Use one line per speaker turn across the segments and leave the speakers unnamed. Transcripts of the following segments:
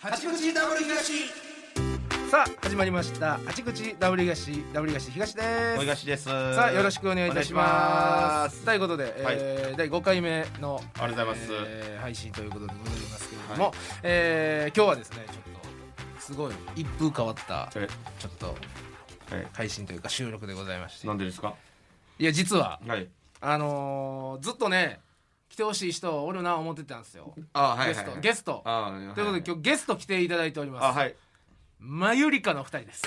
八口ダブル東
さあ始まりました八口ダブル東ダブル東東です
お東です
さあよろしくお願いいたします
お願いし
ということで、えー第5回目の
ありがとうございます
えー配信ということでございますけれども、
はい
えー今日はですねちょっとすごい一風変わった
え
ちょっと
え
配信というか収録でございまして
なんでですか
いや実は
はい
あのーずっとね来てほしい人おるな思ってたんですよ
あは
ゲ
い
ス
はい
ト、
はい
ゲスト
あはい
ということで今日ゲスト来ていただいており
あ
ます
はい
まゆりかのお二人です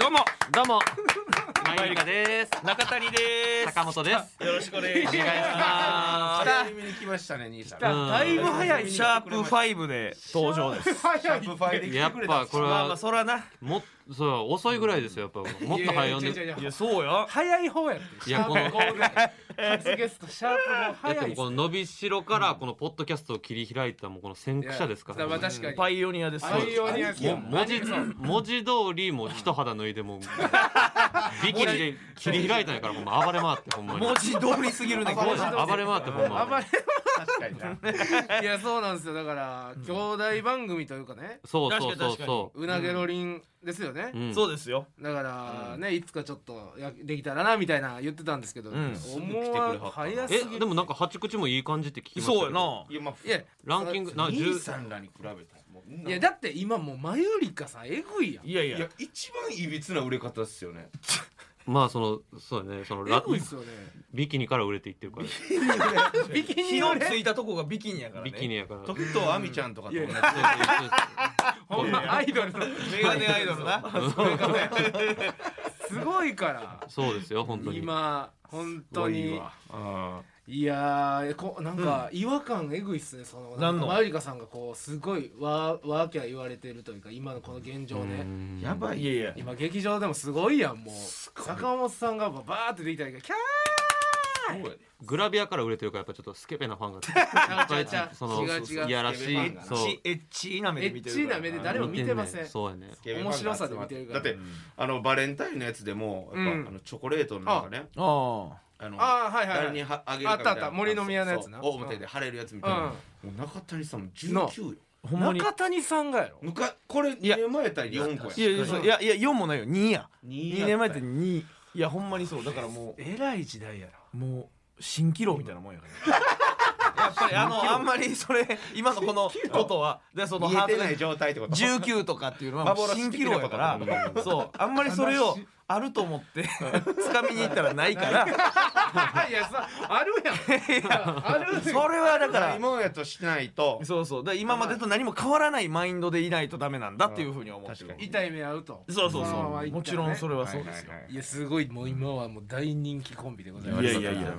どうも
どうも、マユリカです。
中谷です
坂本です。
よろしくお願いします
お願いしま
早めに来ましたね兄さん
たうん
だいぶ早いシャープ5で登場です
早い
ブファイで来
す。
て
やっ
くれたん
ぱ
です
こ
ま
れ
あまあ
は
そらな
もそう遅いぐらいですよ。やっぱもっと早呼んで。
い
い
や
やそうよ
早い方やって
いやこの
シャープ5で初ゲストシャープも
だって
早
も
いう
この伸びしろからこのポッドキャストを切り開いたもうこの先駆者ですか
いや
ら。
だから確かに
パイオニアですよ
パイオニア
もう文字文字通りもう一肌脱いでもうビキニで切り開いたんやからもう暴れ回ってほんまに
文字通りすぎるね
暴
こ
れ
れ
文字
暴れ回ってほん
あんま
ま
り
確かに ない
やそうなんですよだから兄弟番組というかね
そうそうそう
確かに確
そう
なげろりんですよね
う、うん
そうですよ
だからねいつかちょっとやできたらなみたいな言ってたんですけど
ん
思わ早すぎ
えでもなんか八口もいい感じって聞きましたけど
そうやない
やまあ
いや
ランキングな
兄
十
さんらに比べたらもうみんない
やだって今もうマユリカさんえぐいやん
いやい
い
や
や一番いびつな売れ方ですよね
まあそのそうやねその
え
ラ
ぐいっすよね
ビキニから売れていってるから
ビキニ
火
の
の
ね
ついたとこがビキニやからね
ビキニやからそう
時と亜美ちゃんとかと同じ
い
ほんま
アイドルの
メガネアイドルな
すごいから
そうですよ本当に
今本当
すごい
に
わあ
いやーこなんか違和感えぐいっすねそのなん
何
か
の
マユリカさんがこうすごいわーわーきゃ言われてるというか今のこの現状ね
ーやばい
いやいや
今劇場でもすごいやんもう坂本さんがバーって出てきたけどキャ
そうやで
グラビアから売れてるからやっぱちょっとスケベなファンがいっぱいいて
違う違う
その
違う違う
いやらし
スケベファ
い
ンがな
そう
ちエッチな目で見てる
エッチな目で誰も見てません
ねそうやね
面白さで見てるから
だってあのバレンタインのやつでもやっぱ、
うん
あのチョコレートのなんかね
ああ
あの
ああはいはい、
誰
はい
にはあげるかみたいな
あったあった森の宮のやつな
そう表で貼れるやつみたいな、もう中谷さんも19よ
ほんまに
中谷さんが やろ
むかこれ2年前やったら4個
い
や
やいやそういやいや4もないよ2や
2
2年前って2いやほんまにそうだからもう
えらい時代やろ
もう蜃気楼みたいなもんやからやっぱりあのあんまりそれ今のこのことはでその
見え
ハー
て
ト
ない
で
状態ってこと
19とかっていうのはもう蜃気楼やから
幻的なこと
そうあんまりそれをあると思って 掴みに行ったらないから
いやさあるやんある
それはだか
ない
ら
もんやとしないと
そうそうだから今までと何も変わらないマインドでいないとダメなんだっていうふうに思って
確か
る
に
痛い目合うと
そうそう
まあまあ
そうもちろんそれはそう
はい
で
は
すよ
いはい
いやすごいもう今はもう大人気コンビでございま
はい
す
やいやいや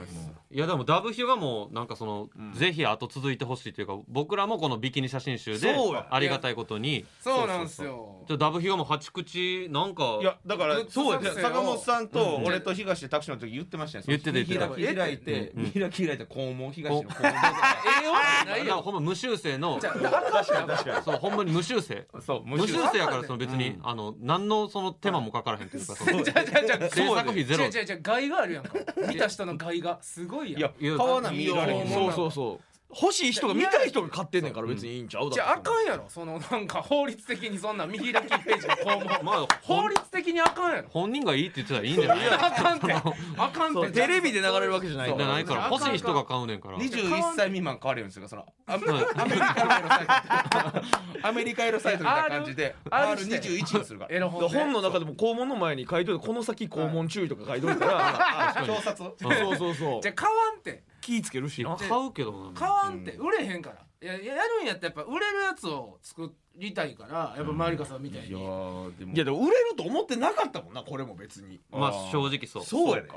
いやでもダブヒョがもうなんかその、ぜひ後続いてほしいというか僕らもこのビキニ写真集で
そうや
ありがたいことに
そうなんですよ
じゃあダブヒョがもう八口なんか
いやだから
そう
じゃあ坂本さんと俺と東でタクシーの時言ってましたよ
言ってた言ってた
見開き開いて
うん
見開き開いて肛門東の肛門
ええわけな
ないい
や
や
ん
ほんま無修正の
確かに確か
そうほんまに無修正
にそう
無修
無
正やからその別に、あの何のその手間もかからへんというかその制作費ゼロ
違う違う違う害があるやんか見た人の害がすごいやん
いや
いや
買わな見られへん
そうそうそう欲しい人が見たい人が買ってんねんから別にいいんちゃうだって
じゃああかんやろそのなんか法律的にそんな見開きページの項目
まあほん
法律的にあかんやろ
本人がいいって言ってたらいいんじゃない
いやあかんてあかん
そ
て
うテレビで流れるわけじゃない
じゃないから
そう
欲しい人が買うねんから
21歳未満買われるんですよそのアメリカ色サイトアメリカ色サイトみたいな感じで
R- R して
R21 にするから
エロ
だから
本で
本の中でも肛門の前に書いといてこの先肛門注意とか書いといたら
表札を
うん
そうそうそう
じゃあ買わんて
気ぃつけるしな
買うけどな
買わんって売れへんからいややるんやったらやっぱ売れるやつを作りたいからやっぱマリカさんみたい
いや
に
ーでも
いやでも売れると思ってなかったもんなこれも別に
まあ正直そう
そうやで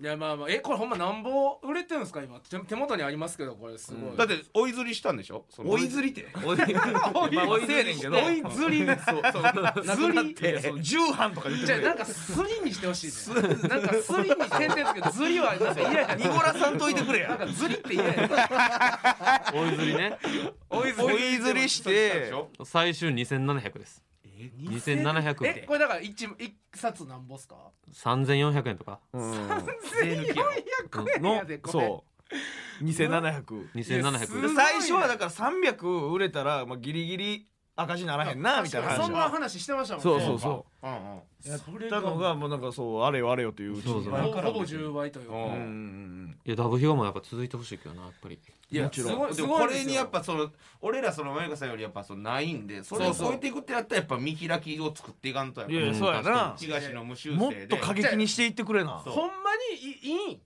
いやまあまあえこれほんまなんぼ売れてるんですか今手手元にありますけどこれすごい
だって追いずりしたんでしょその
追いずりて 追いずりせえねんけど
追いずり
そうそうずりってそう重犯とか言って
じゃあ
る
なんかすりにしてほしいねなんかすりに点々つけどずりはなんか嫌や
濁らさんといてくれ
なん
や
かずりって嫌 や
追いずりね
追い
追いずり
そ
し
うしたんで
て
しょ
最終2700です2700
えこれだから一一冊なんぼっすか
3400円とか
うん
税抜きやろ
3400円や
の
でこれ
そう2700
2700
いやす
円
最初はだから300売れたらまあギリギリ赤字にならへんなみたいな話は
そんな話してましたもんね
そうそうそう
うんうん
うやっ
うだのがもうなんかそうあれよあれよといううち
そう
に
そう
な
ほほぼ10倍というか
うん
うんうんうん
いやダブヒガもやっぱ続いてほしいけどなやっぱり
いや
もちろん
すごいでも
す
こ
ごいですよ
れにやっぱその俺らそのマユカさんよりやっぱそのないんでそれ
そう
を
そう
超えていくってなったらやっぱ見開きを作っていかんとやっ
いや
ぱ
いやそうやな
東の無修正で
もっと過激にしていってくれな
そう
ほんまにいいいん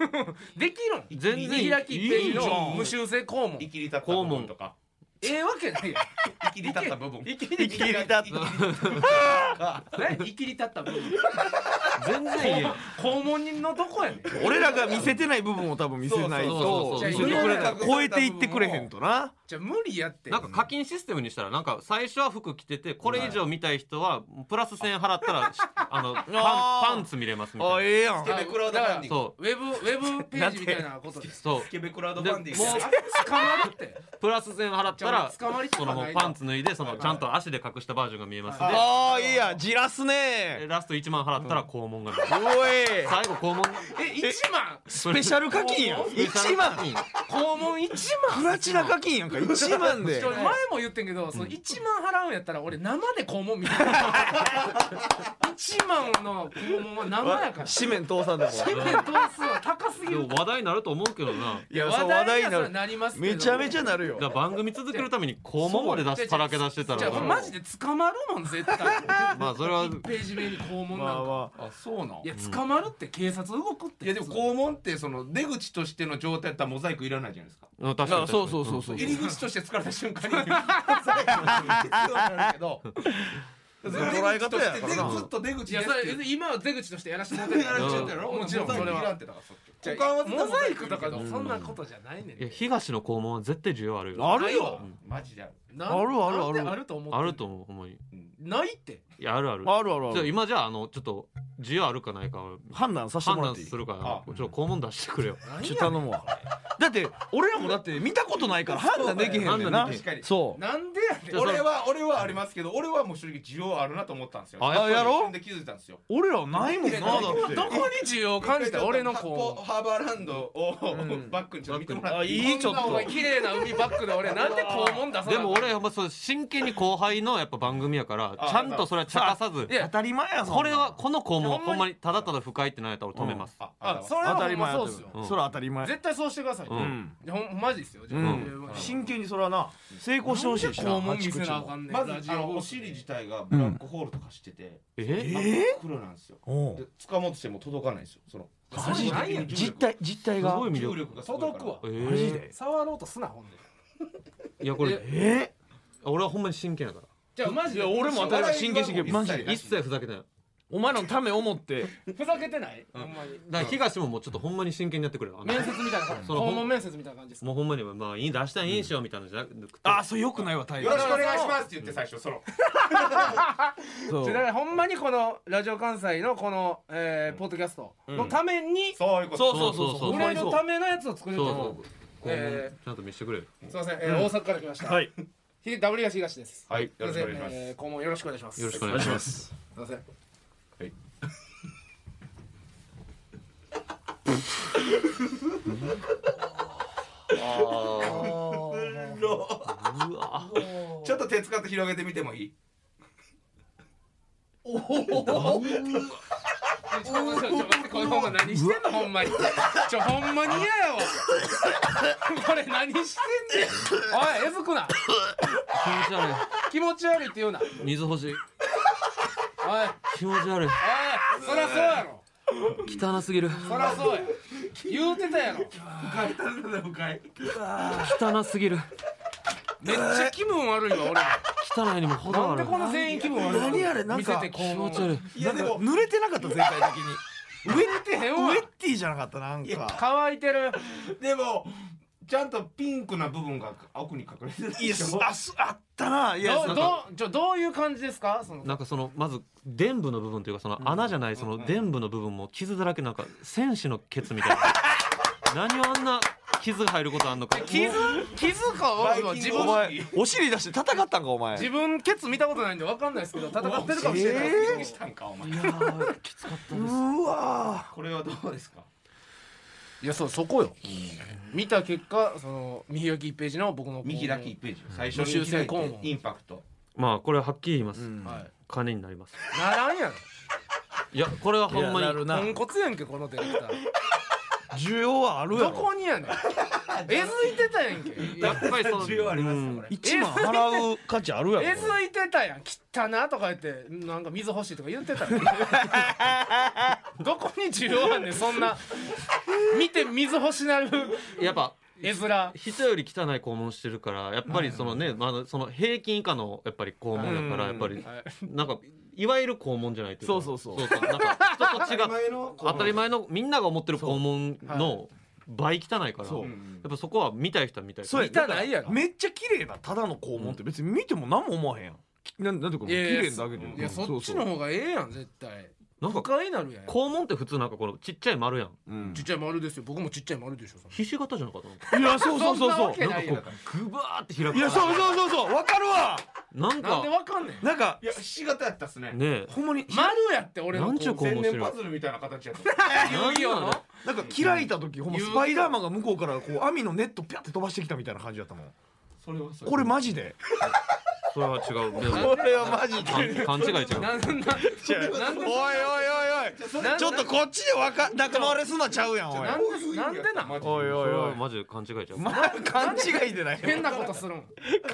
できるん
全然いい
見開き一ページ
いいじゃ
の
ん
無修正項目
生きり立った部分とか
ええわけないやん
生きり立った部分
生き
生
り
き
立っ
り立った
た何生きり立った部分
全然いいよ
肛門のどこやねん
俺らが見せてない部分を多分見せない
そう
と
そう
見
そう
せて
そう
くれた超えていってくれへんとな
じゃあ無理やって
なんか課金システムにしたらなんか最初は服着ててこれ以上見たい人はプラス1000払ったらしあのパン
あー
パンツ見れますみ
あ
たい
ええやん
スケベクラウドファンディン
な
グ
そ
ウェブウェブページみたいなことで
う
す
そう
スケベクラウドフ
で
ァ
も
ン
う
ディング
捕まるって
プラス1000払ったら
じゃあ捕まりと
そ
か
の
ないな
パンツ脱いでそのちゃんと足で隠したバージョンが見えますん
はい
で
ああいいやじらす
で
ね
ラスト1万払ったら肛門が見えます
おい
最後肛門
え1万
ス
スペシャル課金やん1万
肛門1
プラチナ課金やんか1万で
万前も言ってんけどその1万払うんやったら俺生で肛門見たい1万の肛門は生やから
紙面倒産でも
紙面通すは高すぎ
で
る
も話題になると思うけどない
やそう話題にな
は
る
なりますけど
めちゃめちゃなるよ
だから番組続けるために肛門まで出しさらけ出してた
じゃ
ら
あ俺マジで捕まるもん絶対
まあそれは
1ページ目に肛門
ま
な
あ
んか
まあ
あそうなん
いや捕まるって警察動くって
いやでも
う
肛門ってその出口としての状態だったらモザイクいらないじゃないですか
うん確かに
そうそうそうそうう
入り口として疲れた瞬間にモザイクが必要になるけど出
捉え
口
方
と
や
して
からな
出口ずっと出口
いや
です
そ
ってい
れ
う
今は出口と してやらせてもらって
絶対やられちゃったやろ
もちろんそれ
モザイクいらん
は
ってだからさっき
じゃ
股間
あ
は
モザイクとか
絶対
そんなことじゃないねん
いや東の肛門は絶対需要あるよ
あるよ
マジである
なん
あるあるある
なんであると思って
あると思う思い
ないって
いやあるある
あるある
じ
あ
ゃあ
る
今じゃああのちょっと需要あるかないか
判断させて
判
もらっ
断
ていい
するから
あ
ちょっと肛門出してくれよ
ちょっと頼むわだって俺らもだって見たことないから判断できへんねんな
判断で
確かに
そう
なんでやねん
じゃあそれ
俺は俺はありますけど俺はもう正直需要あるなと思ったんですよ
あ
やろ
自分で気づいたんですよ
俺らないもんなだっ
どこ
て
どこに需要を感じた俺の
こ
こ
うハーバーランドをバックにちょっと見てもらって
うん
いい
あいいちょっと
こんなお前綺麗な海バックで俺なんで肛門出さな
でも俺はまあそう真剣に後輩のやっぱ番組やから
あ
ちゃんとそれは茶化さず
いや
当たり前やそんなん
これはこの肛門は
ほ
ほ
んまに
んまにただただ深いってなれたら俺止めます
あ
あそれは
当た
ほ
り
んま
前
そ
や
う
と
っすよ
思うそれは当たり前
絶対そうしてくださいね
う
うんん
いやほんマジですよじゃあ
うん
うん
真剣にそれはな成功してほしいしな
肛門見
八
せ
口
なあ
も
かんねん
ま
ラ
ず
ジ
あ
オ
のお尻自体がブラックホールとかしてて
え
真っ黒なんですよ
お
で
う
掴もうとしても届かないんですよその
マジで
重力が
実体実体
す
が
ごい魅
重
力
力がすごいから
届くわ
え
マジ
ー
で
触ろうとすなほんで
いやこれ
え
俺はほんまに真剣やか
じゃあマジで
いや俺も当たり前真剣真剣
マ
マ
ジ
ジ
で
ら一切ふざけてない
お前らのため思って
ふざけてないほんまに
だから東ももうちょっとほんまに真剣にやってくれよあの
面接みたいな感じ
その
訪問面接みたいな感じです
もうほんまにまあいい出したらいいんしよみたいなのじゃなくて
あそれよくないわタイ
よろしくお願いしますって言って最初その
そ
だ
う
からほんまにこのラジオ関西のこの、えーポッドキャストのために、
そういうこと
そうそうそうそう
ほん
俺のためのやつを作る
そう
と
そう
思う
肛門ちゃんと見せてくれよ
すいません、えー大阪から来ました、
はい
ひ W 東東です
はいよろしくお願いします
えー、顧問よろしくお願いします
よろしくお
す
願いします
す
いません
ちょっと手使って広げてみてもいい
ちょっと待ってこのほんま何してんのほんまにちょほんまに嫌やわこれ何してんねんおいえずくな
気持ち悪
気持ち悪いって言うなおい
い水欲し
お
い
い
気持ち悪い
そらそうやろ
汚すぎる
そらそうや言うてたやろ
深いただ深い
汚すぎる
めっちゃ気分悪いわ俺
汚いにも程
な
があ
んで
る
この全員気分悪いの
何あれなんか
見せてこ
気
う
持ち悪い
いやでも
濡れてなかった全体 的に
濡れてへんわ
ウェッティじゃなかったなんか
乾いてる
でもちゃんとピンクな部分が奥に隠れてる
いやすあすあったないや
どどちょどういう感じですかその
なんかそのまず伝部の部分というかその穴じゃないその伝部の部分も傷だらけなんか戦士のケツみたいな何をあんな傷が入ることあんのか
傷傷か
バイキング
自
お
ど
分
前
前お尻出して戦ったんかお前
自分ケツ見たことないんで分かんないですけど戦ってるかもしれないです
したんかお前
いやーきつかったです
うわ
これはどうですか
いやそうそこよ、見た結果その見開き1ページの僕の
見開き1ページ最初
初
に
に
開
開
い
い
て
て
インパクト
まあこれははっきり言います、
うん
はい
金になります
ならんやん
いやこれはほんま
いやな
に
るな
ポンコツやんけこのディレクター
需要はあるや
ど
ろ
こにやねん えずいてたやんけ
やっぱりその
需要ありますか
うん
これ
一万払う価値あるやろ
えずいてたやん汚なとか言ってなんか水欲しいとか言ってた やんどこに需要あんねんそんな見て水欲しなる
やっぱ
絵面
人より汚い肛門してるからやっぱりそのね、まあ、その平均以下のやっぱり肛門やからやっぱり
はい
なんかいわゆる肛門じゃないというか
そうそうそう
そうなんか人と違って
の
当たり前のみんなが思ってる肛門の倍汚いから、
そう
や
ん
っぱそこは見たい人は見たい
そうや
見たないやろ
めっちゃ綺麗なただの肛門って別に見ても何も思わへんやんきなんなんていうか
い
綺
やいや
麗なだけで
い
いや
うん
そっちの方がええやん絶対
なん
不
か
快になるやん
肛門って普通なんかこのちっちゃい丸やん
うん
ちっちゃい丸ですよ僕もちっちゃい丸でしょそんな
ひし形じゃなかったなんか
いやそうそう
そん
そう
な
そ
わけないやん
グバーって開
う
く
いやそうそうそうそうわかるわ
なん
なん
か
でわかんねん
なんか
いやひし形やったっすね
ねえ
ほんまに
丸やって俺の
なんちゅう
こ
肛
千
門して
年
る
パズルみたいな形やった
う遊戯王の
なんか開いた時ほんまスパイダーマンが向こうからこう網のネットピャって飛ばしてきたみたいな感じだったもん
それはそれ
これマジで
それは違うでも
れはマ ジ
勘勘違いちゃう
なんなんなんで
おいおいおいおいちょっとこっちでわか仲間割れすんなちゃうやんおい
なんでなんでなん
マジ
おいお
そ
い
れ
お
はいマジで勘違いちゃう、
まあ勘違いでない
変なことするん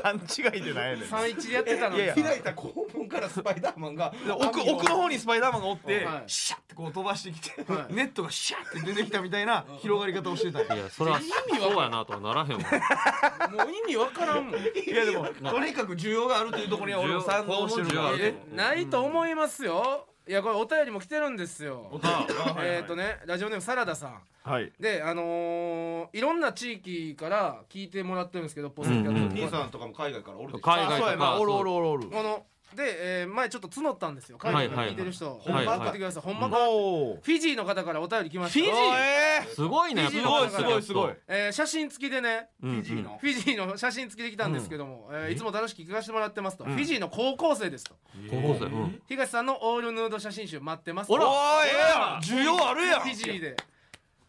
勘違いでないねん
三一でやってたのに
いやいや
開いた肛門からスパイダーマンが
奥奥の方にスパイダーマンがおって、
はい
シャッてこう飛ばしてきて、
はい
ネットがシャッて出てきたみたいな広がり方をしてたんや
いやそれはそうやなとはならへんわ
もう意味わからんもん
いやでもとにかく需要があるというところには俺も賛同してるから
需要
ね
えないと思いますよいやこれお便りも来てるんですよえっと
ね
ねラジオネームサラダさん
はい
であのーいろんな地域から聞いてもらってるんですけどポストキャ
うんうん
兄
スト
さんとかも海外からおるでしょ
海
あ
外
そう
と
やな
か
おるおるおるおる
こので、えー前ちょっと募ったんですよ海外から聞いてる人
いはいは
ほ
い
んま送ってくださいほんまか
おー
フィジーの方からお便り来ました
フィジー
おーえ
すごいねやっぱ
ーすごいすごいすごい
えー写真付きでね
うんう
フ
ん
ィジーの
フィジーの写真付きで来たんですけども、えーいつも楽しく聞かせてもらってますと、フィジーの高校生ですと
高校生、うん、
東さんのオールヌード写真集待ってます
おーええやん需要あるやん
フィジーで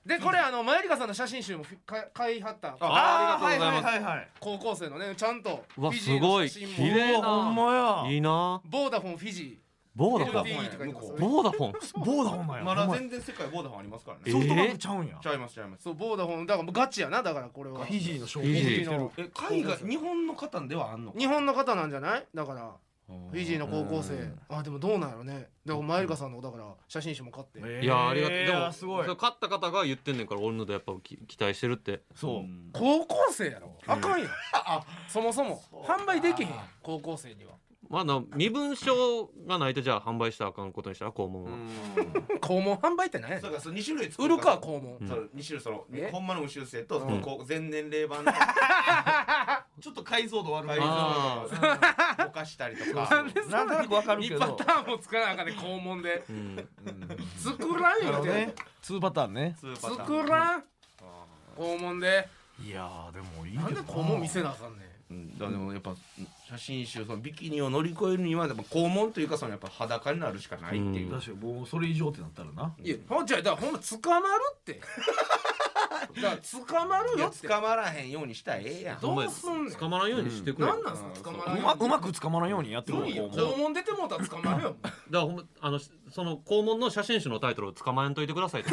でこれあのマユリカさんの写真集もふか買いはった
あー
ありがとうございます
はいはいはいはい
高校生のねちゃんと
う
フ
わ
ィジー
す
の
ご
写
い
真
綺
も
麗
おーほん
な
ま
いいな
ボーダフォンフィジ
ボ
ー
ーダフォ
LTE って書いてます
向こ
ン
う
ボーダフォン
やボーダーほんまや
まだ全然世界ボーダーフォンありますからね
え
ソフトバンクちゃうんや
ちゃいますちゃいます
そうボーダフォンだからもうガチやなだからこれは
フィジーの証
フィジ
フィ
ー
ジーの
え海外日本の方ではあんのか
日本の方なんじゃないだからフィジーの高校
う
生
ん
あでもどうなんやろねだからマユリカさんのだから写真集も買って
えー
いやありがとう、
いやす
で
ご
も
い
それ勝った方が言ってんねんから俺のでやっぱき期待してるって
そう
高校生やろ あかんやんそもそも販売できへん高校生には
まあな身分証がないとじゃあ販売したらあかんことにしたら肛門は、
肛門販売って何やね
そうんかそう二種類作
売るか肛門
その二種類その
え
ほんまの無修正とそ
う
の
ん
こう全年齢 版の
ちょっと解像度悪
改
い
あ
造とかぼかしたりとか
なんとなくわかるけ
2パ
ど
ターンも作らなあかんね肛門で
うん、
作らん
なる
よ
ほど
ね
ね2パターンね
スーパータ
作
ーン
らん肛門で
いやーでもいい
なん
け
で
ど
肛門見せなあかんねん
うんだからでもやっぱ写真集そのビキニを乗り越えるにはやっぱ肛門というかそのやっぱ裸になるしかないっていううんだ
確かにもうそれ以上ってなったらない
やほんじゃだからほんま捕まる ってだから捕まるよ
よ
って
捕まらへんようにしたらええやん
どうすんねん
捕まらんようにしてくれ、
なん
だ
な
か
んすか捕まらん
う
よ
まうまく捕まらんようにやってる
無理よ肛門出てもうたら捕まる よ
らほんまあのその肛門の写真集のタイトルを捕まえんといてくださいって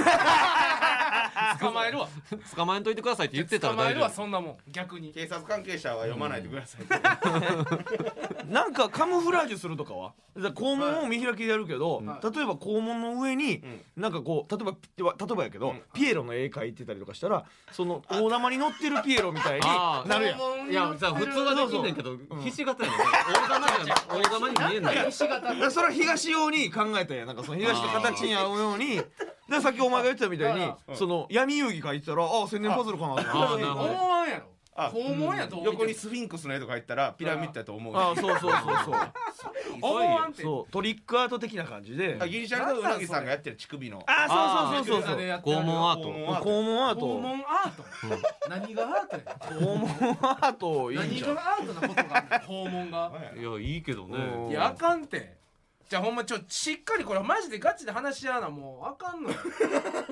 捕まえるわ
捕まえんといてくださいって言ってたら
捕まえ
大
る
丈
わ
夫
そんなもん逆に
警察関係者は読まないでください、
なんかカムフラージュするとかはだから肛門を見開きでやるけど、
はい
例えば肛門の上に、なんかこう例えばピ例えばやけど、ピエロの絵描いてたりとかしたらその大玉に乗ってるピエロみたいに
あー
なるやん
肛門
いやじゃあ普通はできんねんけどひし形やねん大玉じゃ大玉に見えんねん
西型
だからそれは東用に考えたんやなんかその東の形に合うようにだからさっきお前が言ってたみたいに
あ
その闇遊戯書いてたらああ千年パズルかなって
あーなる
る
ほ
思わんやろ
あ
肛門やどう見ても
横にスフィンクスの絵とか入ったらピラミッドやと思う
ああそうそうそう
思わんって
そうそうトリックアート的な感じで
あギリシャのうなぎさんがやってる乳首の
ああそうそう
ギリシ
そうそ
ャ
う
でやってる
肛門アート
肛門
肛門アート
肛門アート何がアートや
肛門アートいいん
何
じゃん
がアートなことがあんの肛門が
いやいいけどね
うん
いやあかんてじゃあほんまちょしっかりこれマジでガチで話し合うなもうあかんのよ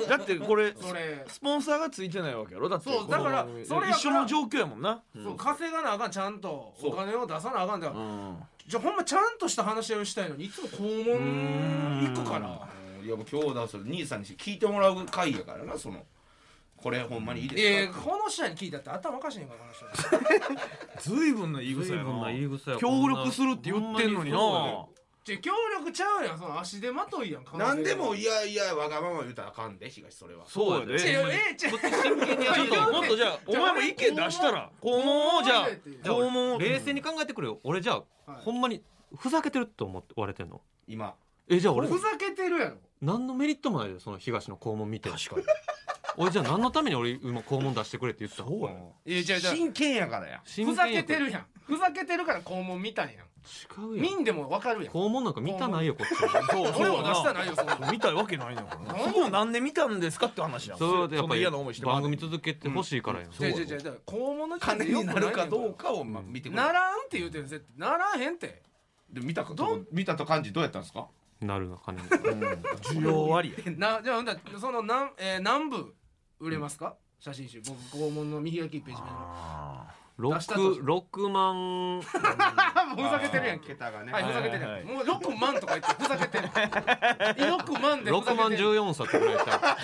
だってこれ
それ
スポンサーがついてないわけやろだって
そうだから
この
それやから
一緒の状況やもんなう
そう稼がなあかんちゃんと
そ
お
う
金を出さなあかんだから
ん
じゃあほんまちゃんとした話し合いをしたいのにいつも肛門行くから
いやもう今日だそれ兄さんに聞いてもらう回やからなそのこれほんまにいい
いやい
で
や
すか、
この人に聞いたって頭おかしいねんかこの人
随分な言い
随
草や
分な
な
言い草や
協力するって言ってんのにな
ほんまそう
ちょ協力ちゃうやんその足手まといやん完全に
何でもいやいやわがまま言うたらあかんで東それは
そうやで
ちょええちょ
だよ真剣にやる
ち
と
ょ
思
も
う
っとじゃあお前も意見出したら肛門をじゃあ
じゃあ俺
肛門を
冷静に考えてくれよ俺じゃあ
はい
ほんまにふざけてると思われてんの
今
えじゃあ俺
ふざけてるやろ
何のメリットもないよその東の肛門見て確かに 俺じゃあ何のために俺今肛門出してくれって言った
そう
い
や
やじゃあじゃあ
真剣やからや
真
ふざ
剣
け
や
て
けど
るやんふざけてるから肛門見たんやん
違うや
見
ん
んでもわかるやん
肛門なんか見たないよこっち
そう
俺も出した
な
ないよそんな
見たいわけないねんから
なん
なそこをなんで見たんですかって話やん
それでやっ
そ
ぱ
の
り
嫌な思いして
番組続けてほしいからやん
じゃあじゃあじゃあじゃあ肛門の時点
金
で良く
にない
ねん
るかどうかをまあ見てくれ
ならんって言うてる絶対ならへんって
で見たか
ど
ど見たと感じどうやったんですか
なるな金に
需要あり や
なじゃあほんだらその南,、えー、南部売れますか、写真集僕肛門の右書き1ページ目の出したとし
六
て
六万
も うふざけてるやんけ
桁がね、
はいふざけてるやん、
はいはい
もう6万とか言ってふざけてる6万でふざ
六
けて
万
る
十四冊ぐらい ちゃ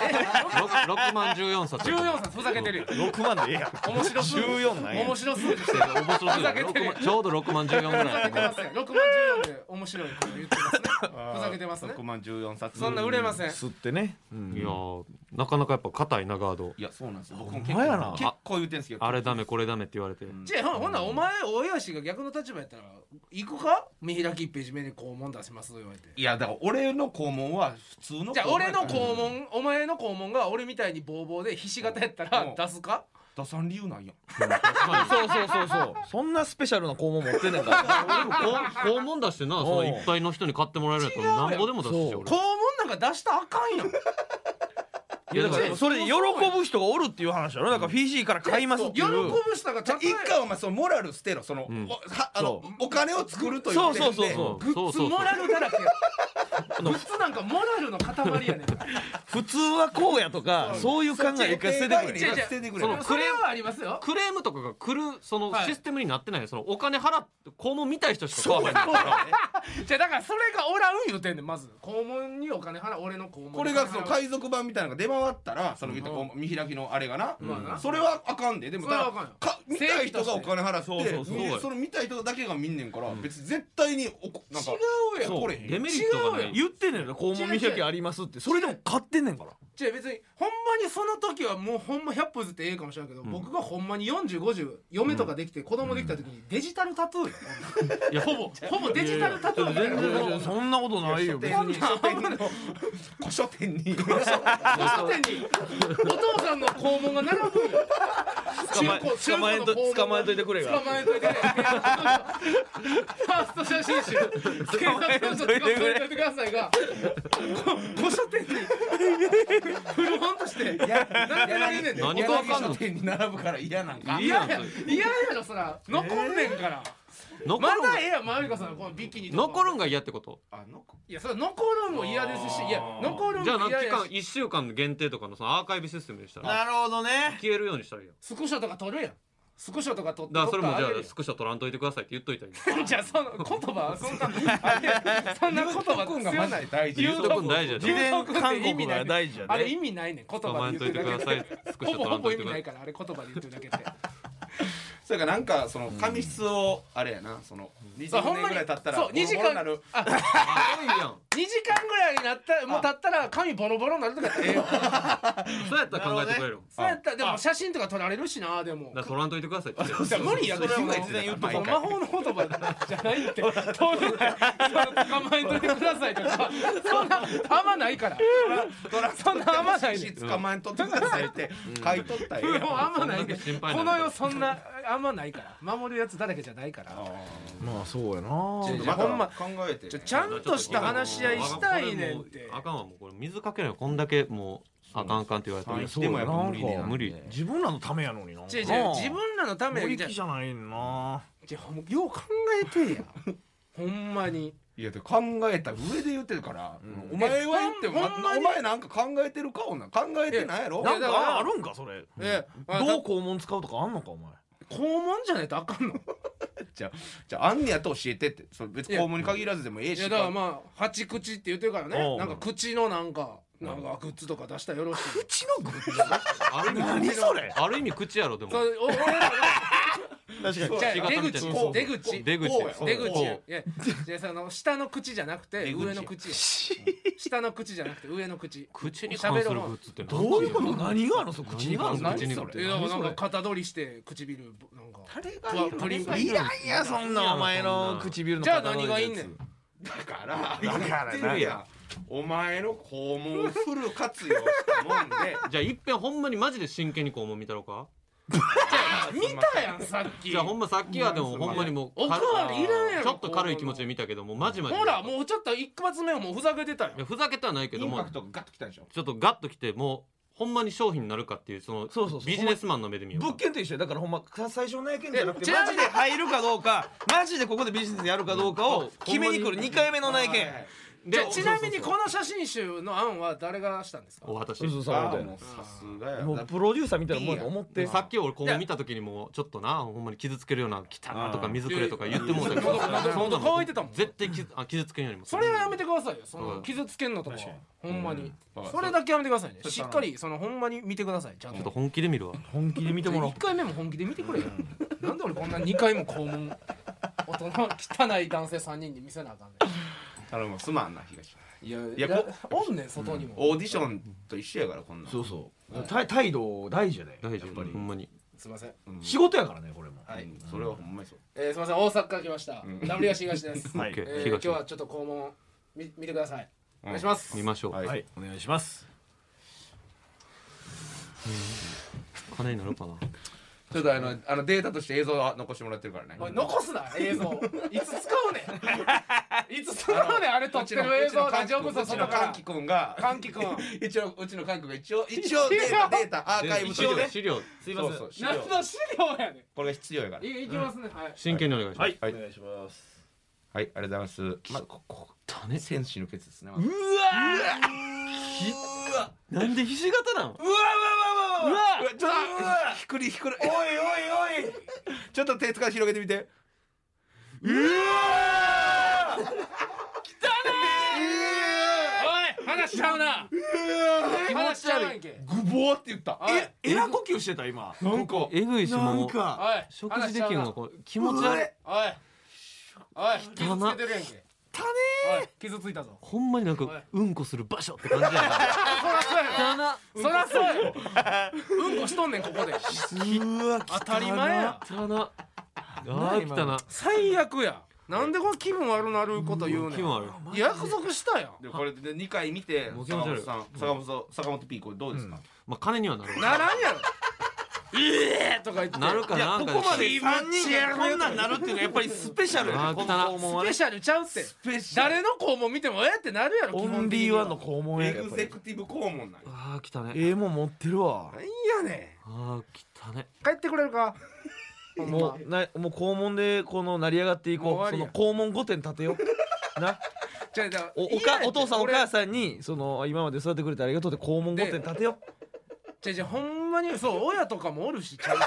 う六六万十四冊
14冊ふざけてるよ
6万でええ や
面白数字
14なんや
面白数字してる
面白
ふ
い
ざけてるやん
ちょうど六万十四ぐ
ふざ
ら
け
い
てますよ6万14で面白いこと言ってますねふざけてますね
6万14冊
そんな売れません、
ん吸ってね
いやーなかなかやっぱ硬いなガード
いやそうなんですよ僕も
ほんまやな
結構言ってんすけど
あれダメこれダメって言われて
ん
じゃあほんならお前大吉が逆の立場やったら行くか見開き1ページ目に肛門出します言われて
いやだから俺の肛門は普通の
じゃあ俺の肛
門やか
門、お前の肛門が俺みたいにボーボーでひし形やった
う
ら
ん
出すから
出さん理由ないやん
そうそうそうそうそんなスペシャルな肛門持ってんねんから
肛肛門出してなそのいっぱいの人に買ってもらえるやったらなんぼでも出すし
そう
肛門なんか出したらあかんやん
いやだからそれで喜ぶ人がおるっていう話だろだからフィジーから買いますってい
喜
う
ぶ人がたとえ
一回お前そのモラル捨てろその,、
うん
おはあの
そ
お金を作るという点で
そうそうそうそ
そ
う
そう
普通
そう
モ
そう
ラルだらけやグッズなんかモラルの塊やねん
普通はこうやとかそういう考え一回捨ててくれ
違う違う
捨てて
そ
くれ
そ
の
の
クレームはありますよ
クレームとかが来るその
はい
システムになってない、そのお金払って肛門見たい人しか買わへんから
じゃあだからそれがおらん言うてんねんまず肛門にお金払う俺の肛門に
これがその
金払う
海賊版みたいなのが出回ったらその言うたら
うん
こう見開きのあれがな、
まあな
それはあかんででも
それは
だ
あかんよ
か見たい人がお金払って
そうそうそう
見その見たい人だけが見んねんから、別に絶対におこなんか
違うやん
怒れへん
デメリットがな
違う
い
言ってんねんから肛門見開きありますってそれでも買ってんねんから
じゃあ別にほんまにその時はもうほんま100歩ずってええかもしれんけど、僕がほんまに4050嫁とかできて子供できた時にデジタルタトゥーよ、
いやほぼ
ほぼデジタルタトゥーみたいな
やいやいや
そんなことないよ別
書店
に
に書店に古書店 に
古書店にお父さんの肛門が並ぶんよ
捕まえ
中古中
捕まえ
古の
んと
肛門
捕まえといてくれが
捕まえといてファースト写真集警察署捕まえといてくださいがこ古書店に古本として並べられねえんだよ
何かわかんない
書店に並ぶから嫌なんか
いい
嫌
や
や
んそれ
嫌やろそら残んねんから、
残
ま
るんが
だええやんマリカさんのこのビキニとか
残るんが嫌ってこと
あの子
いやそれ残るんも嫌ですしいや残るん
じゃあな
も
期
嫌や
間
し
1週間限定とかのそのアーカイブシステムにしたら
るほどね
消えるようにしたらいいやん
スクショとか撮るやんスクショとか撮って
だからそれもじゃ
どっか
あスクショ取らんといてくださいって言っといたらいい
あげるやんじゃあその言葉そんなあれそんな言葉
君
必要ない
大
言うとくん大事や
事
で
前韓国が大事や
あれ
で
意味ないねん言
捕
葉
ま
で
え
言
んとい
って
て
る
く
だけ
ださ
で
いスクシ
ほぼ
ョ取ら
ほ
んと
ぼ
い
意
て
味
く
な
ださ
い
い
からあれ言葉で言ってるだけで
それかなんかその紙質をあれやなその
そうほ
20
んま
年
に
ぐらい経ったら
そう2時
ボロボロに
間
なる
あ
あいいやん
2時間ぐらいになったもう経ったら髪ボロボロになるとかってええよ
そうやったら考えてくれるよ
そうやったらでも写真とか撮られるしなでも
だから取らんといてくださいって言って
じゃあ無理やで
それはもう
そんな
事前言っとこ
魔
う
法の言葉じゃないって当然捕まえといてくださいとかそんなあんまないから
ドラ
そんな甘ないね
紙質捕まえんとってくださいって書いとったらええ
も
や
うんあんまないね
そんな心配
こ
な
の
い
世そんなあんまないから守るやつだらけじゃないから
まあそうやな
ちょ
また
ほんま
考えて
ちょちゃんとした話し合いしたいねんって
あかんわもうこれ水かけないこんだけもうあかんあかんって言われた
は
ら
い
そうやな
でもやっぱ無理ね
なんか
無理
自分らのためやのに
違う違
な
う自分らのため
無
に
理
じゃ
じゃないな
あじゃあもうよう考えてやほんまに
いやで考えた上で言ってるから、お前は言っても
ほんほんまに
お前なんか考えてるかおな考えてないやろ
いや
なんかあるんかそれ
えあ
どう肛門使うとかあんのかお 前
肛門じゃないとあかんの
じゃあじゃああんねやと教えてってそれ別に
いや
肛門に限らずでもええ
い
し
やだからまあ八口って言ってるから
お
ね
う
なんか口のなんかなんかグッズとか出したらよろしい
口のグッズ
ある意味
何それ
ある意味口やろでも
そうお俺らは
確か に
じゃあ
違った
出
みたい
口
なそう
出口
出口
こうや
出口
こう
いやじゃあその下の口じゃなくて
出口
上の 口や下の口じゃなくて上の口
口に関するグッズって何
どういうこと何があるのその口に
何があるの口に
何それ
えだからなんか
何
肩取りして唇なんか
誰がいる
プリンプリン
いらんやそんなお前の唇の
じゃあ何がいいんねん
だから
だから
言ってるやんお前の肛門をフル活用したもんで
じゃあいっぺんほんまにマジで真剣に肛門見たろか
見たやんさっき
じゃあほんまさっきはでも
うん
ほんまにもう
おかわりいらんやろ
ちょっと軽い気持ちで見たけどもうマジマジ
ほらもうちょっと一発目はもうふざけてたよ
いやふざけてはないけ
イ
ど
ン
も
パクトがガッときたでしょ
ちょっとガッときてもうほんまに商品になるかっていうその
そうそうそう
ビジネスマンの目で見よう
物件と一緒やだからほんまさ最初の内見じゃなくて
いや
マジで入るかどうかマジでここでビジネスやるかどうかを決めに来る2回目の内
は
見
い
で
じゃあちなみに
そうそう
この写真集の案は誰がしたんですか
そうお渡し
そうそうそう
あ
みた
ー
い
も
な
うさすがや
もうプロデューサーみたいなもんやと思って
でさっき俺肛門見た時にもうちょっとなほんまに傷つけるような「汚な」とか「水くれ」とか言ってもうたけ
い
ど
やいや
そんなの
乾いてたもん
絶対傷あ傷つけんよりも
それはやめてくださいよそ
うん
の傷つけんのとかはほんまに
うん
それだけやめてくださいね
そう
しっかりそのほんまに見てくださいちゃん
ちょ
と
っと本気で見るわ
本気で見てもらおう
1回目も本気で見てくれよなんで俺こんな2回も肛門大人汚い男性3人に見せなあかんね
頼むすまんな東
んいや
いやこ
おんねん外にも
オーディションと一緒やからこんなん
そうそう態態度大事やで
大丈
やっ
夫
ぱり
ほんまに
すいません
うん
仕事やからねこれも
は
はいい
それはほんまにそう
えーすいません大阪から来ました
うん
W 東東です
はい
え
OK
ー今
東
日はちょっと肛門み見てくださいお願いします
見ましょう、
はい
はいお願いします
金になるかな
ちょっとあのあのデータとして映像は残してもらってるからね
おい残すな映像いつ使うねんいつ使うねんあれ撮ってる映像ラジオブソ
うち
外
の
か
カン
ら
キ君が
かんきくん
一応うちのカンキ君が一応一応データデータアーカイブ
資料
ね
資料
すい
そうそう資料
何の資料やね
これが必要やから
んいいきますねはい
真剣にお願いしま
は
す、
い
はい
お願いします
はいありがとうございますまあここ
種せ
戦士のケツですね
うわ
なんでひし形なの
うわうわうわうわうわ
うわちょっとひっくりひっくり
おいおいおい
ちょっと手つから広げてみて
おい話しちゃうな話しちゃうやんけ
グボーって言った
おい
えエラ呼吸してた今
なんか
えぐいし
な
も
ん
う
お
か
い
食
話
事できん
しちゃう
わ
な
これ気持ち悪い
おいおい傷つけてるやんけ
た
おい傷ついたぞ
ほんまになん
おい
かうんこする場所って感じや な
そらそうや
汚
そら
な
そうやうんこしとんねんここで
ねうわ
当たり前や
汚なあー汚な
最悪やなんでこの気分悪なること言うねん
気分悪い
いや約束したやん
でもこれで二回見て
もう気
坂
持ち
本
悪
さ
い
ん坂本さん坂本 P これどうですか
まあ金にはなるわ
ならんやろええとか言って
なるか
いや
な
こ
んか
こまで
気持
3
ち
人
悪
が
い
こんなんなるっていうのはやっぱりスペシャルや
あー
ねこの
汚
肛門は
スペ
ね
シャルちゃうって誰の子も見てもえってなるやろ
オンリーワンの肛門や
エ
からやっ
グ
ぱ
ゼ
り
クティブ肛門なんや
ああ汚ね
ええもん持ってるわ
なんやね
ああ汚ね
ん帰ってくれるかほんま
もうなもう肛門でこの成り上がってい
もう
こうそ
終わ
の
り
肛門御殿立てような
じゃあじゃあ
おお
嫌や
か
って
お父さんお
俺
母さんにその今まで育ててくれてありがとうって肛門御殿立てよう
じゃあじゃあほんまにそう親とかもおるしちゃう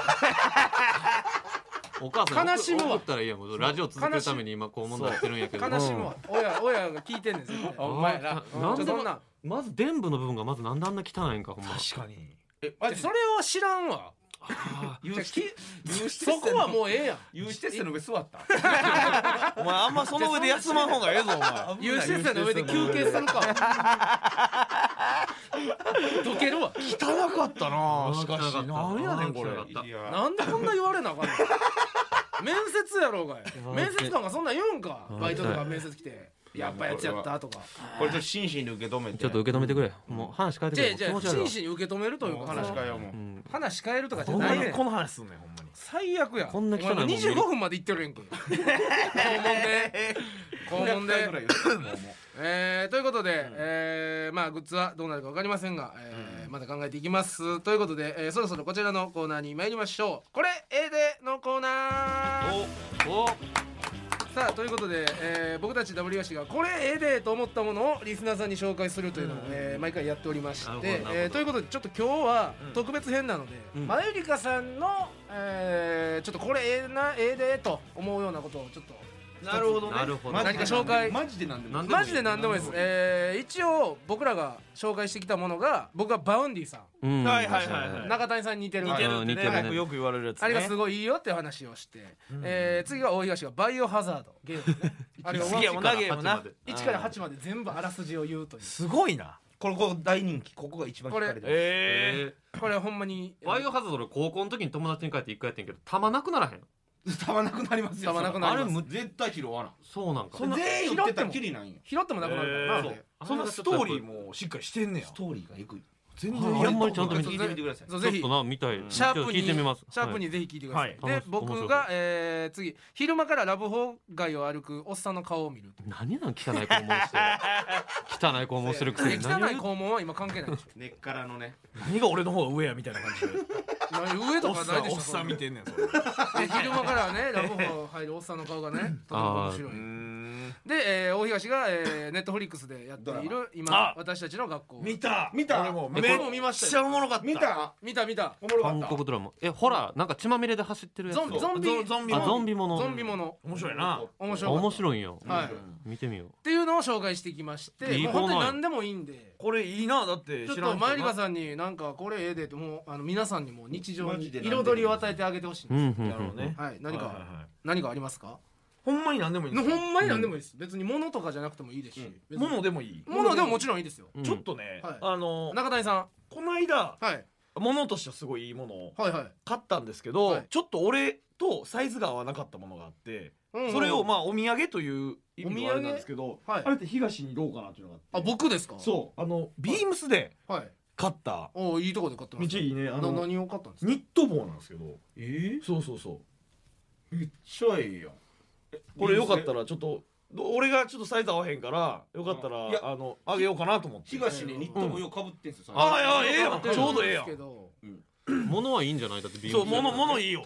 お母さん
悲しむわ
怒ったらいいやもうラジオ続けるために今こう問題やってるんやけど
悲しむわ親親が聞いてんねん絶対
あお前ら
あ
うん
なん
ち
で
ょそんな
まず伝部の部分がまずなんであんな汚いんかほんま
確かに
えマ
じゃあ
ジ
それは知らんわ
有
じゃあき
有志
そこはもうええやん
有刺鉄線の上座った
お前あんまその上で休まん方がええぞお前
有刺線の上で休憩するかどけるわ
汚かったなしか
汚か
し
った
なんやねんこれ
汚かった
いや
なんでこんな言われなあかんの面接やろうがや
や
面接官がそんなん言うんか
や
バイトとか面接来て
いや
やっぱやつやったとか
これちょっと真摯に受け止めて
ちょっと受け止めてくれもう話変えて
じゃあじ
くれ
ゃ
も
あ
う気持ち悪い
真
わ
摯に受け止めるというか
話
話
かよもう
うん
話変えるとかじゃ
ほん
な
ま
い
に
ねん
この話すんねんほんまに
最悪や
こんな汚いもん
お前もう25分まで行ってるやんけ肛門で肛門でえー、ということで、えーまあグッズはどうなるかわかりませんが、えーまだ考えていきますということで、えーそろそろこちらのコーナーに参りましょうこれ A でのコーナー
おお
さあということで、えー僕たち WS がこれええでと思ったものをリスナーさんに紹介するというのを、えー毎回やっておりまし
なるほどな
て
るほ、ど
えーということでちょっと今日は特別編なので、
ん
まゆりかさんの、えーちょっとこれええなええでと思うようなことをちょっと
なるほどね
なるほど
何か紹介
マジで何でも
何でもい
マ
い
ジで何でもいいです、えー一応僕らが紹介してきたものが僕はバウンディさん、
うん
はいはいはいはい
中谷さんに似てる
似て
る似てるね
なんかよく言われるやつね
あれがすごいいいよっていう話をして、えー次が大東がバイオハザードゲーム、ね、あれが
すげえもんなゲーム
一から八
な
ま
1から8まで
で
全部あらすじを言うという
すごいな
これここ大人気ここが一番聞かれてる
え
え
これほんまに
ーバイオハザード俺高校の時に友達に帰って一回やってんけど弾なくならへん
たまなくなりますよ
たまなくな
そ
あ
れ
れ
あれ
む
む絶対拾わな
そうなんか
そんな
全員言ってたらきりないんよ
拾ってもなくなるからな、
えー
ー、そんなストーリーもしっかりしてんねや
ストーリーがえぐい
全
あ
然
んまりちゃんと見
聞いてみてください
そう
ち
ぜ
ょっ
ひ
とな見たい
シャープに
聞いてみます
シャープ
はい
にぜひ聞いてください、
はい
楽
で
し
僕
面
が
白、
えー次昼間からラブホ街を歩くおっさんの顔を見る
何なん汚い肛門して汚い肛門してるくせ
で
に
汚
何を
い
言う
肛門は今関係ないでしょ
根っからのね
何が俺の方が上やみたいな感じで
上
お
と
っ
か
さ
ない
ん
でし
お
ょ
っさん見てんねんそれ
で昼間からねラブホ入るおっさんの顔がねとても面白いで、えー、大東が、えー、ネットフリックスでやってい
ド
る
あ
今私たちの学校
見た
見た
俺もめ
えこれ
っ
も見ましたよ
ちゃおもろかった
見た
見た見た
おもろかっ
韓
た
国ドラマえホラーなんか血まみれで走ってるやつ
ゾンビゾンビ
ゾゾンビ
あゾンビもの
ゾンビもの
面白いな
面
あ
白い
面白いんよ
はいっ
見てみよう
ていうのを紹介してきまして
いい
もう
コーナ
本当
ー
に何でもいいんで
これいいなだって
ちょっ
知ら
と
ん
マユリカ
ん
さんになんかこれええでともうあの皆さんにも日常
マ
に
ジで何でも
彩りを与えてあげてほしいん
う
で
ん
す、
うん
やろうね
はい何か、
はいはいはい
何かありますか
ほんまに何でもいいん
の
です
ほ
よ
んまに何でもいいです、別に物とかじゃなくてもいいですし、
うん
別に
物でもいい
物でももちろんいいですよ、
うん
ちょっとね
はい
あの
中谷さん
この間
はい
物としてはすごいいいものを
はいはい
買ったんですけ
は
ど
い
ちょっと俺とサイズが合わなかったものがあって
うんうん
それをまあお土産という意味のあれなんですけど
お土産はい
あれって東にどうかなっていうのがあ
あ
って
僕ですか
そうあのビームスで
うはい
買った
おいいとこで買ってま
道
す
いいね
な
あの
何を買ったんですか
ニット帽なんですけど
え
そうそうそう
ーめっちゃええやん
これよかったらちょっとど俺がちょっとサイズ合わへんからよかったら
いや
あのあげようかなと思って
東にニット帽をかぶってんすよ
ああいやええや
買っ
ん
てる
ちょうどええやん
ですけど
物はいいんじゃないだってビー
そう
ムス
物物いい
い
よ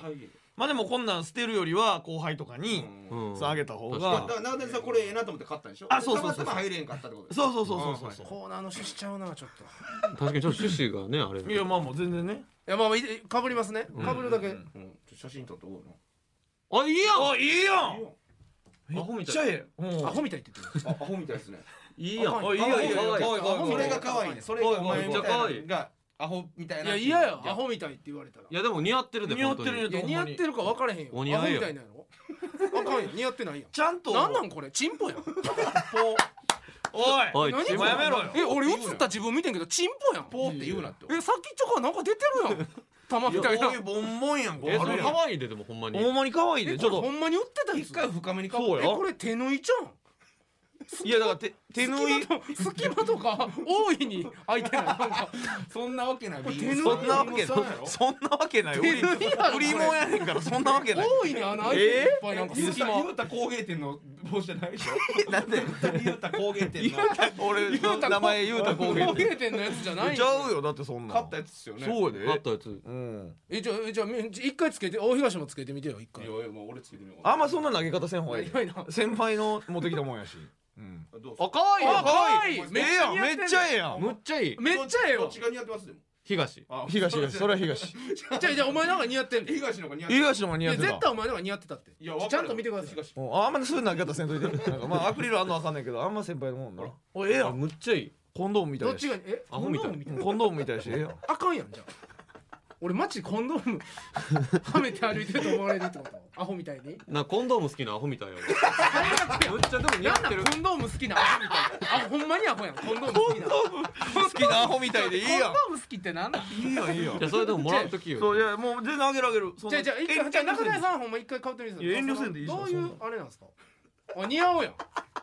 まあでもこんなん捨てるよりは後輩とかに
うん
さあげた方
確か
が
だから中谷さんこれええなと思って買ったんでしょ
あそうそうそ
で
う
たまたま入れへんかったってこと
そうそうそうそうそう
コーナーの趣旨ちゃうなちょっとい
確かにちょっと趣旨がねあれ
いやまあもう全然ね
やまあいかぶりますねかぶるだけ、
うん
う、うん、ちょ写真撮っとこう
あいいやん
あいいや
な、
ん
アホ
めっ
み
ちゃ
たい
ええうん
アホみたいって言ってる
あアホみたいですね
いいやん
あ
あいいやいいや
かわいい
かわいいかわい
アホみた
それ
い
い
が可愛いねそれが
おい
お
おい
前み
めっちゃ可
た
愛
い
い
ながアホみたい
い
な
や
ってう
嫌や
い
アホみたいって言われたら
いやでも似合ってるで
似合ってるよ
本
いや似合ってるか分からへんよ
お似合いよ
アホみたいなんやろあかんよ似合ってないや
ちゃんと
んなんなんこれチンポやん
おい
当にお
何
いち
こ
ん
れ
ぽ
やめろよ
え俺映った自分見てんけどチンポやん
ポーって言うなって
えさっきとかなんか出てるやん玉みたい
こ
な
ういうボンボンやんこ
え
れ
そ
あ
れ
るや
可愛いででもほんまに
んほんまに可愛い
え
で
ち
ち
ょっ
ょ
と
っと
ほんまに売ってたやつ
一回深めにか
そう
え
や
これ手縫いちゃうん
いやだから手手縫い
隙間とか大いに開いてないなんか
そんなわけない
手縫い
そんなわけ
そうやろ
そんなわけない売
手
り
縫いやろ
売り物やねんからそんなわけない
大いに穴開いてるいっぱいなんか
ゆう
隙
た
間
ゆうた工芸店の帽子じゃないでしょ
なんで
ゆうた工芸店の
俺の名前言うた
工
工芸
芸店のやつじゃない
ちゃうよだってそんな
買ったやつですよね
そうや
あっ
で
たやつ
うん
えじゃあえじゃあみ一回つけて大東もつけてみてよ一
い
回
やいやもう俺つけてみよう
あんまそんな投げ方せんほうがいい
いやいや
先輩の持ってきたもんやしうん
どうぞ
あ可愛い
あ
よ
可愛い
ええやんめっちゃええやん
むっちゃいい
めっちゃええ
どっ
よ
ちが似合ってますでも
東
あ
東東それは東
じゃあじゃあお前なんか似合ってんねんい
東の方が似合って
東の間に
や
合ってた
絶対お前なんか似合ってたって
いやわかる
ちゃんと見てください
東
うんあんまりそういう投げ方せんといてなんかまあアクリルあんのわかんないけどあんま先輩のもんなおええやん
むっちゃいい
コンドームみたい
どっ
やし
ちがえ
アホみたい
コンドーム
うんコンドームみたいやしええやん
あかんやんじゃあ俺マジコンドーム はめて歩いてると思われるってことアホみたいに
なコンドーム好きなアホみたいよ
最悪やん
むっちゃでも似合
な
っ
んだ
てる
コンドーム好きなアホみたいなあほんまにアホやんコンドーム好きな
好きなアホみたいでいいや
コンドーム好きってなんだ
んいいやんいいやん
いやそれでももらうときよ
そういやもう全然あげるあげるそん
じゃ
な
あじゃあ一回
え
じゃあ中谷さんほんま一回買ってみてくださ
いや遠慮せんでいいじゃん
どういう
そん
あれなんですかあ似合おうやん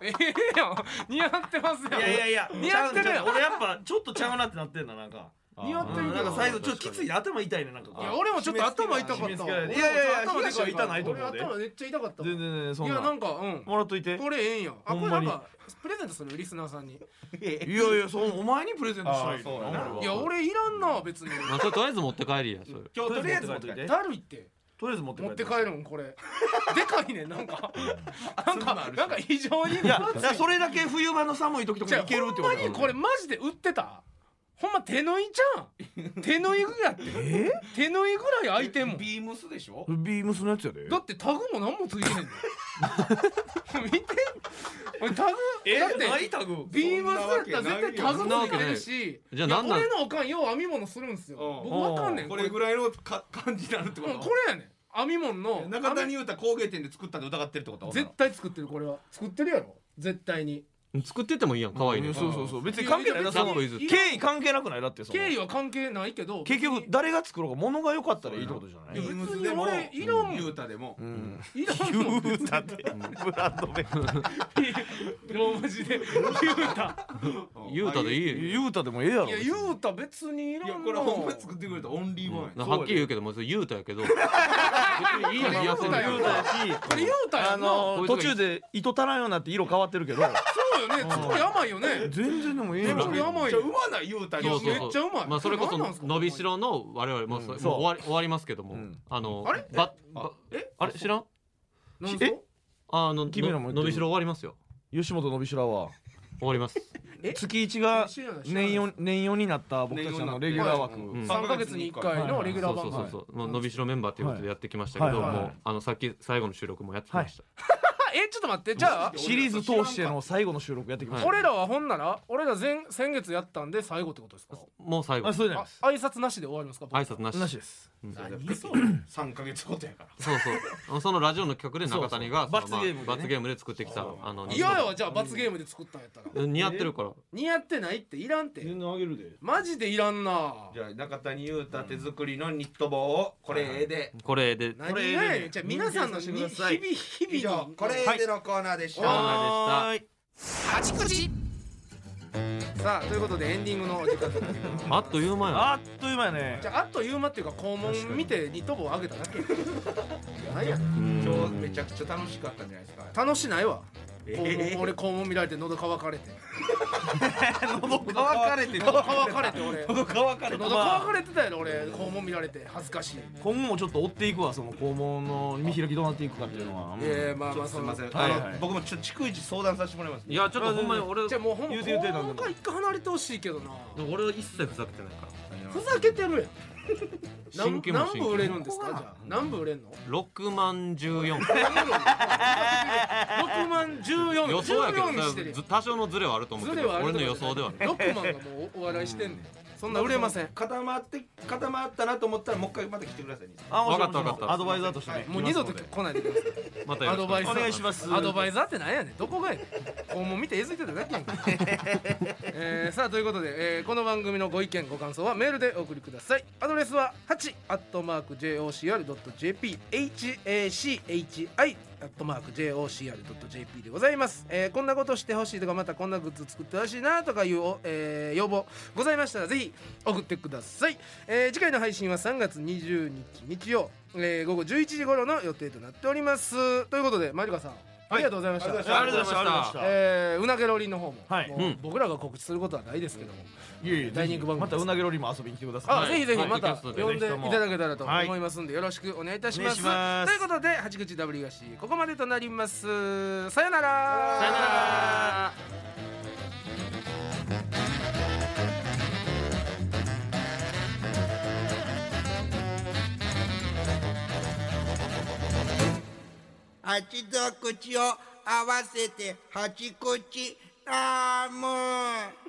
ええやん似合ってますやん
いやいやいや
似合ってるやん
ちゃうちゃう俺やっぱちょっとちゃうなってなってんだなんか
似合ってる
うん
け
なん
ど
か最後ちょっときつい頭痛いねなんかこう
いや俺もちょっと頭痛か
締め
った
付
わ
けられ
俺も
ていやいやいや
頭
東
で
は
か
痛ないと思う
俺
で
頭めっちゃ痛かったわ
全然全然そん
いやな
なん
かうん
もらっといて
これええんやんあこれ
ほん
な
ま
ん
に
かプレゼントするよリスナーさんに
いやいやそうお前にプレゼントしたらいい
あーそうやない
や俺いらんな別に
まあそれとりあえず持って帰りやそれ
今日とりあえず持って帰って
え
だるいって
とりあえず持って帰
持って
る
帰るんこれでかいねんなんかなんかなんか異常に
いや
分厚
だからそれだけ冬場の寒い時と
じゃ
かにいけるってこと
ほんまにこれマジで売ってたほんま手のいちゃん手のいぐらいやって手のいぐらい空いてんもん
ビームスでしょ
ビームスのやつやで
だってタグも何もついてへんねん見て俺タグだって
タグ
ビームスだったら絶対タグ
そんな
も
わ
つ
け
い
ない
てるし
じゃあなんなん
いや俺のおかんよう編み物するんですよ
うん
僕わかんねん
これぐらいのか感じになるってこ
もうことれやねん編み物の
中谷裕太工芸店で作ったって疑ってるってこと
絶対作ってるこれは作ってるやろ絶対に
作っててもいいやん可愛い
う
ね、、
んんそうそうそう別に
いや
関係ないだ
別
そ
に
の
三個譲って
経緯関係なくないだってその
経緯は関係ないけど
結局誰が作ろうか物が良かったらいいってことじゃな
ビ
い
いや
ームスでも
別に俺いらんもん
裕太でも
うん
いらん
言
もん
うたってブランド名
ローマ字で言うた
ユータでいいよ
言うたでもええやろ
いや言うた別にいら
い
ん
や
もん
これほんまに作ってくれたオンリーワンや
なはっきり言うけどもうそれユータやけど別にいいやん
言うた
言うたやし
これ言うたや
あ
んな
の途中で糸足らんようになって色変わってるけど
そうよね作り甘いよね
全然でもええや
作
ろ
り甘い
じゃ
よ
うまない裕太
い
に
や
そうそう
め
そ
っ
う
ちゃうまい
まあ、それこ
これ何なんす
そ
か
伸びしろの我々もうそ
うん
れ
そう
もう終わり終わりますけども、
うん
あの
あれ
ばば
え
あれ知らん
なんすか
あの
君らも言っ
の
てる
伸びしろ終わりますよ
吉本のびしらは
終わります
え
月一が
知らない知らない
年四年四になった僕たちのレギュラー枠
うん
3ヶ月に1回のレギュ
そ
ラ
う
ー
そ
番
う
組
そうそう、もう伸びしろメンバーということでやってきましたけど、
はいはいはい
もうあのさっき最後の収録もやってきました、
あえちょっと待ってじゃあ
シリーズ通しての最後の収録やってきました
俺らはほんなら俺ら前先月やったんで最後ってことですか
もう最後
あそうじゃない
あ
です
挨拶なしで終わりますか僕
挨拶なし
なしです
何それ3ヶ月後とやから
そうそうそのラジオの企画で中谷が
そう
そ
そう
のまあ
罰ゲームでね
罰ゲームで作ってきたあの
嫌やわじゃあ罰ゲームで作ったんやったら
似合ってるから、
似合ってないっていらんって
然あげるで
マジでいらんな
じゃあ中谷裕太手作りのニット帽をこれで
これで
何がやねんじゃあ皆さんのに日々
以
日々
上
の
これでのコーナーでし
コーナ
た
ーでし
さあということでエンディングの時間となります
たあっという間や
あっという間やね
じゃああっという間っていうか肛門見てニット帽上げただけ何や
今日めちゃくちゃ楽しかったんじゃないですか
楽しないわ
え
肛門俺肛門見られて喉乾かれて
喉乾かれてる
喉乾かれて俺
喉乾かれて
喉乾かれてたやろ俺肛門見られて恥ずかしい
今後もちょっと追っていくわその肛門の見開きどうなっていくかっていうのは
ええまあまあ
す
そ
み
の
ません
あの
はい
あの僕もちょっと逐一相談させてもらいます
いやちょっとほんまに俺
じゃあもうほんま
言うて言うて
肛門から一回離れてほしいけどな
俺は一切ふざけてないから
ふざけてるやん
真
何
剣も真
何
剣
部売れるんですかじゃあ何部売れんの
6万14
6万14
予想やけど
にしてる
ず多少のズレはあると思うけ
ズレ
ど
はある
俺
と
の
思うけ
予
ど
想ではね
ロックマンがもうお笑いしてんねんそんな売れません
固まって固まったなと思ったらもう一回また来てくださいね
あ
わかったわかった
アドバイザーとしてね
もう二度と
来ます
来ないで
ので
ください
またよ
ア
ろしく
ド
お
バ
願
イ
いします
アドバイザーってなんやねんどこがやねん肛門見てえずいてただけやんか、えーさあということで、えーこの番組のご意見ご感想はメールでお送りくださいアドレスは 8-jocr.jp hachi jocr.jp でございます、えーこんなことしてほしいとかまたこんなグッズ作ってほしいなとかいうお、えー要望ございましたらぜひ送ってください、えー次回の配信は3月20日日曜、えー午後11時頃の予定となっておりますということでマリカさんありがとうございました、
ありがとうございました
ありがとうございました
えーうなげロリンの方も,、
はい
もう
うん
僕らが告知することはないですけども、
いえいえ
ダイニング番組
またうなげロリも遊びに来てくだ
あ
さ
はい
ぜひぜひ
はい
また
ポッドキャストで
呼んでいただけたらと思いますんでよろしくお願いいたします,、
お願いしま
と
す
いうことで八口ダブリガシここまでとなりますさよなら
さよなら
八度口を合わせて八口ラーム